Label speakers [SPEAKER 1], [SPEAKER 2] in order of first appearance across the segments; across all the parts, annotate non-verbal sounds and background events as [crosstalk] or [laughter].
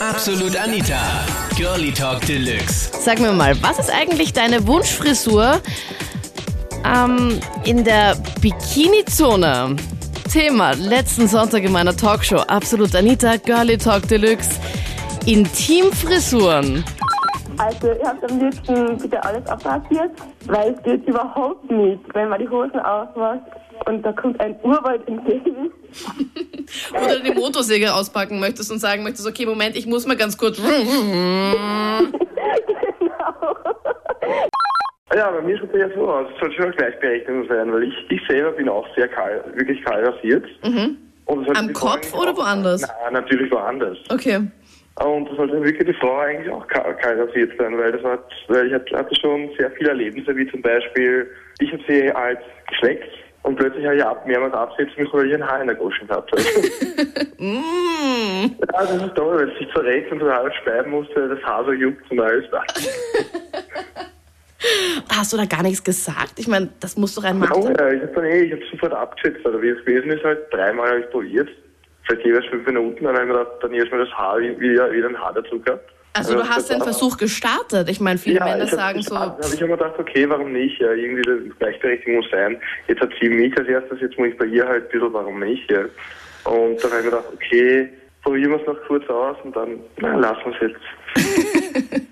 [SPEAKER 1] Absolut Anita. Girlie Talk Deluxe.
[SPEAKER 2] Sag mir mal, was ist eigentlich deine Wunschfrisur ähm, in der Bikini-Zone? Thema letzten Sonntag in meiner Talkshow. Absolut Anita, Girlie Talk Deluxe. Intimfrisuren.
[SPEAKER 3] Also ihr habt am liebsten bitte alles abrasiert, weil es geht überhaupt nicht, wenn man die Hosen ausmacht und da kommt ein Urwald entgegen.
[SPEAKER 2] Oder die Motorsäge auspacken möchtest und sagen möchtest, okay, Moment, ich muss mal ganz kurz. [laughs]
[SPEAKER 4] Ja, bei mir sieht es ja so aus, es soll schon eine Gleichberechtigung sein, weil ich, ich selber bin auch sehr kahl, wirklich kahl rasiert. Und es sollte
[SPEAKER 2] Mhm. Am
[SPEAKER 4] die
[SPEAKER 2] Kopf
[SPEAKER 4] Frau eigentlich
[SPEAKER 2] oder
[SPEAKER 4] auch-
[SPEAKER 2] woanders?
[SPEAKER 4] Na, natürlich woanders.
[SPEAKER 2] Okay.
[SPEAKER 4] Und es sollte wirklich die Frau eigentlich auch kahl, kahl rasiert sein, weil das hat, weil ich hat- hatte schon sehr viele Erlebnisse, wie zum Beispiel, ich habe sie als geschleckt und plötzlich habe ich ab, mehrmals absetzen müssen, weil ich ein Haar in der Goschen gehabt
[SPEAKER 2] [laughs]
[SPEAKER 4] habe.
[SPEAKER 2] Mm.
[SPEAKER 4] Ja, das ist toll, weil es sich zerrät und total schreiben musste, das Haar so juckt und alles.
[SPEAKER 2] [laughs] Hast du da gar nichts gesagt? Ich meine, das muss doch ein Mann
[SPEAKER 4] Oh, ja, ich habe dann eh, ich habe sofort abgeschätzt. Also wie es gewesen ist, halt dreimal habe ich probiert. Vielleicht jeweils fünf Minuten, dann habe ich mir gedacht, dann jeweils mal das Haar wie- wieder, wieder ein Haar dazu gehabt.
[SPEAKER 2] Also du hast den Versuch gestartet. Ich meine, viele
[SPEAKER 4] Ja,
[SPEAKER 2] Männer
[SPEAKER 4] ich hab,
[SPEAKER 2] sagen
[SPEAKER 4] ich,
[SPEAKER 2] so,
[SPEAKER 4] hab- Ich habe mir gedacht, okay, warum nicht? Ja, irgendwie das Gleichberechtigung muss sein. Jetzt hat sie mich als erstes, jetzt muss ich bei ihr halt ein bisschen, warum nicht? Ja. Und dann habe ich mir gedacht, okay, probieren wir es noch kurz aus und dann, na, lassen wir es jetzt.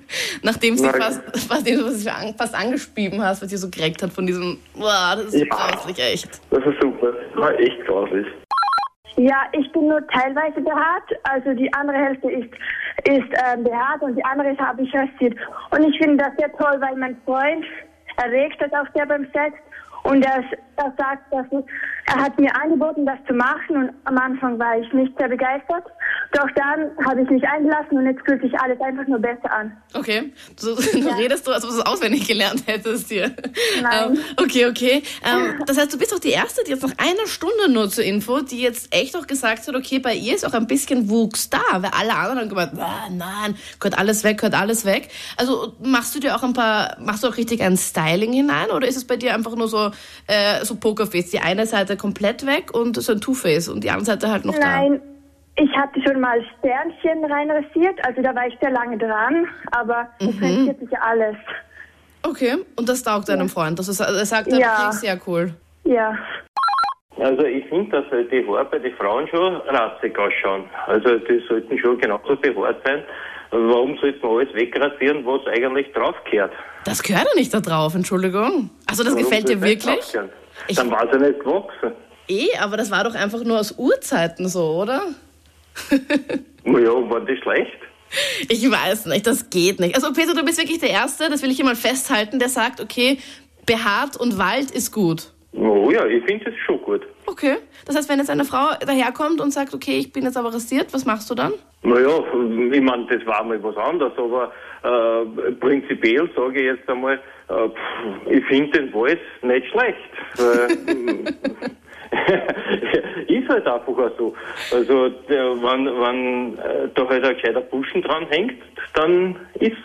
[SPEAKER 2] nachdem sie
[SPEAKER 4] Nein.
[SPEAKER 2] fast, fast, dem, was du an- fast angespieben hast, was sie so gereckt hat von diesem, boah, das ist so
[SPEAKER 4] Ja.
[SPEAKER 2] grauslich, echt.
[SPEAKER 4] Das ist super. Das war echt grausig.
[SPEAKER 5] Ja, ich bin nur teilweise behaart. Also die andere Hälfte ist, ist ähm, behaart und die andere habe ich rasiert. Und ich finde das sehr toll, weil mein Freund erregt das auch sehr beim Sex. Und er, er sagt, dass ich, er hat mir angeboten, das zu machen. Und am Anfang war ich nicht sehr begeistert. Doch dann habe ich mich eingelassen und jetzt fühlt sich alles einfach nur besser an.
[SPEAKER 2] Okay, [laughs] du, du redest du, als ob du es auswendig gelernt hättest hier.
[SPEAKER 5] Nein.
[SPEAKER 2] Ähm, okay, okay. Ähm, das heißt, du bist auch die Erste, die jetzt nach einer Stunde nur zur Info, die jetzt echt auch gesagt hat, okay, bei ihr ist auch ein bisschen Wuchs da, weil alle anderen haben gemeint, ah, nein, gehört alles weg, gehört alles weg. Also machst du dir auch ein paar, machst du auch richtig ein Styling hinein oder ist es bei dir einfach nur so, äh, so Pokerface? Die eine Seite komplett weg und so ein Two-Face und die andere Seite halt noch da.
[SPEAKER 5] Nein, ich hatte schon mal Sternchen reinrasiert. Also da war ich sehr lange dran. Aber es rasiert sich ja alles.
[SPEAKER 2] Okay, und das taugt deinem Freund. Das ist, er sagt, er
[SPEAKER 5] Ja.
[SPEAKER 2] klingt sehr cool.
[SPEAKER 5] Ja.
[SPEAKER 6] Also ich finde, dass halt die Haare bei den Frauen schon rassig ausschauen. Also die sollten schon genauso behaart sein. Warum sollte man alles wegrasieren, was eigentlich draufgehört?
[SPEAKER 2] Das gehört ja nicht da drauf, Entschuldigung. Also das
[SPEAKER 6] Warum
[SPEAKER 2] gefällt dir
[SPEAKER 6] soll's nicht
[SPEAKER 2] wirklich?
[SPEAKER 6] draufgehören?
[SPEAKER 2] Ich-
[SPEAKER 6] Dann war es ja nicht gewachsen.
[SPEAKER 2] Eh, aber das war doch einfach nur aus Urzeiten so, oder? [laughs]
[SPEAKER 6] Naja, war das schlecht?
[SPEAKER 2] Ich weiß nicht, das geht nicht. Also Peter, du bist wirklich der Erste, das will ich hier mal festhalten, der sagt, okay, behaart und Wald ist gut.
[SPEAKER 6] Oh ja, ich finde es schon gut.
[SPEAKER 2] Okay. Das heißt, wenn jetzt eine Frau daherkommt und sagt, okay, ich bin jetzt aber rasiert, was machst du dann?
[SPEAKER 6] Naja, ich meine, das war mal was anderes, aber äh, prinzipiell sage ich jetzt einmal, äh, pff, ich finde den Wald nicht schlecht.
[SPEAKER 2] [laughs]
[SPEAKER 6] hm, Weil, [laughs] ist halt einfach auch so. Also, der, wenn, wenn äh, da halt ein gescheiter Buschen dran hängt, dann ist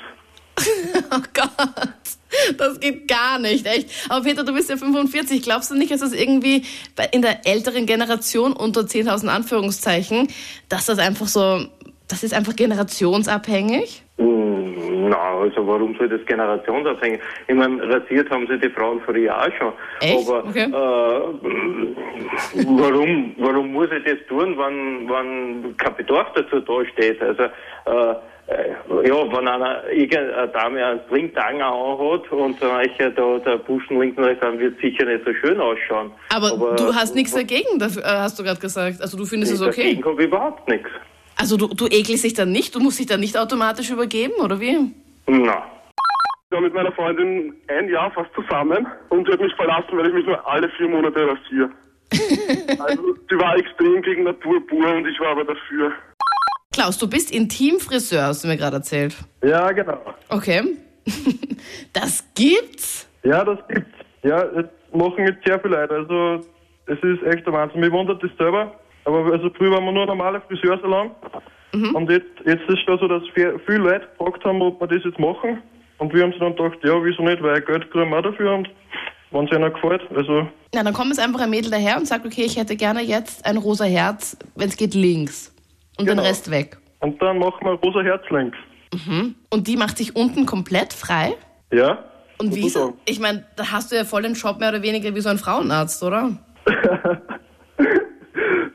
[SPEAKER 2] [laughs] Oh Gott, das geht gar nicht, echt. Aber Peter, du bist ja 45. Glaubst du nicht, dass das irgendwie bei- in der älteren Generation unter 10.000 Anführungszeichen, dass das einfach so, das ist einfach generationsabhängig?
[SPEAKER 6] Mm, Na, also warum soll das generationsabhängig? Ich meine, rasiert haben sie die Frauen früher auch schon.
[SPEAKER 2] Echt?
[SPEAKER 6] Aber
[SPEAKER 2] Okay.
[SPEAKER 6] äh, warum, warum muss ich das tun, wenn, wenn kein Bedarf dazu da steht? Also äh, äh, ja, wenn einer irgendeine Dame einen Stringtanger anhat und dann reicht ja da der Buschen links und rechts, dann wird sicher nicht so schön ausschauen.
[SPEAKER 2] Aber, du hast nichts dagegen, dafür, äh, hast du gerade gesagt. Also du findest es okay.
[SPEAKER 6] Dagegen habe ich überhaupt nichts.
[SPEAKER 2] Also du, du ekelst dich dann nicht, du musst dich dann nicht automatisch übergeben, oder wie?
[SPEAKER 6] Na.
[SPEAKER 7] Ich war mit meiner Freundin ein Jahr fast zusammen und sie hat mich verlassen, weil ich mich nur alle vier Monate rasiere. also sie war extrem gegen Natur pur und ich war aber dafür.
[SPEAKER 2] Klaus, du bist Intimfriseur, hast du mir gerade erzählt.
[SPEAKER 8] Ja, genau.
[SPEAKER 2] Okay. [laughs] das gibt's.
[SPEAKER 8] Ja, das gibt's. Ja, das machen jetzt sehr viele Leute. Also, es ist echt der Wahnsinn. Mir wundert das selber. Aber also früher waren wir nur normale Friseursalon. Und jetzt, jetzt ist schon so, dass viel- viele Leute gefragt haben, ob wir das jetzt machen. Und wir haben sie dann gedacht, ja, wieso nicht, weil Geld kriegen wir auch dafür und wenn es einer gefällt. Also,
[SPEAKER 2] Na, dann kommt jetzt einfach ein Mädel daher und sagt, okay, ich hätte gerne jetzt ein rosa Herz, wenn es geht links. Und den Rest weg. Mhm.
[SPEAKER 8] Und dann machen wir rosa Herzlinks.
[SPEAKER 2] Und die macht sich unten komplett frei?
[SPEAKER 8] Ja? [laughs]
[SPEAKER 2] Und wie ist das?
[SPEAKER 8] Sozusagen.
[SPEAKER 2] Ich meine, da hast du ja voll den Job mehr oder weniger wie so ein Frauenarzt, oder?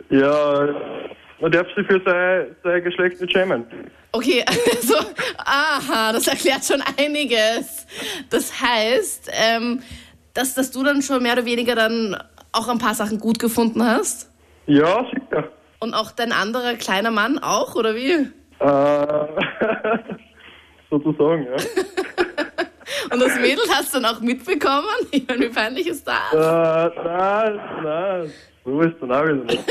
[SPEAKER 8] Ja, man darf sich für sein, sein Geschlecht nicht schämen.
[SPEAKER 2] Okay, [laughs] also, aha, das erklärt schon einiges. Das heißt, ähm, dass, dass du dann schon mehr oder weniger dann auch ein paar Sachen gut gefunden hast?
[SPEAKER 8] Ja, sicher.
[SPEAKER 2] Und auch dein anderer kleiner Mann auch, oder wie?
[SPEAKER 8] Äh, [laughs] sozusagen, ja.
[SPEAKER 2] Und das Mädel hast du dann auch mitbekommen? Ich meine, wie peinlich ist das?
[SPEAKER 8] Äh, nein, nein, so ist dann auch wieder nicht.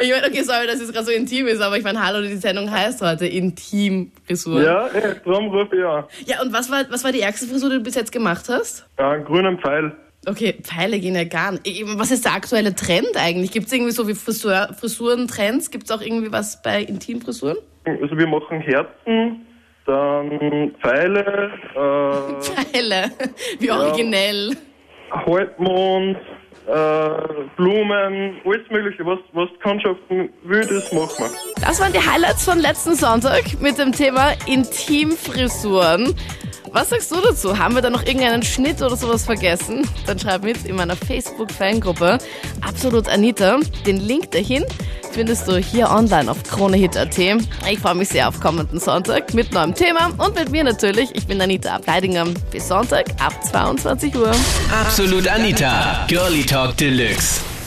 [SPEAKER 2] Ich meine, okay, sorry, dass es gerade so intim ist, aber ich meine, hallo, die Sendung heißt heute Intim-Frisur.
[SPEAKER 8] Ja, ey, drum rufe ich an.
[SPEAKER 2] ja, und was war, was war die ärgste Frisur, die du bis jetzt gemacht hast?
[SPEAKER 8] Ja, einen grünen Pfeil.
[SPEAKER 2] Okay, Pfeile gehen ja gar nicht. Ich- Was ist der aktuelle Trend eigentlich? Gibt es irgendwie so wie Frisur, Frisuren-Trends? Gibt es auch irgendwie was bei Intimfrisuren?
[SPEAKER 8] Also wir machen Herzen, dann Pfeile,
[SPEAKER 2] [laughs]
[SPEAKER 8] äh,
[SPEAKER 2] Pfeile, wie originell.
[SPEAKER 8] Halbmond, äh, Blumen, alles mögliche, was, was die Kundschaften will, das machen wir.
[SPEAKER 2] Das waren die Highlights von letzten Sonntag mit dem Thema Intimfrisuren. Was sagst du dazu? Haben wir da noch irgendeinen Schnitt oder sowas vergessen? Dann schreib mit in meiner Facebook-Fangruppe Absolut Anita. Den Link dahin findest du hier online auf kronehit.at. Ich freue mich sehr auf kommenden Sonntag mit neuem Thema und mit mir natürlich. Ich bin Anita Ableidinger. Bis Sonntag ab 22 Uhr.
[SPEAKER 1] Absolut Anita, Girlie Talk Deluxe.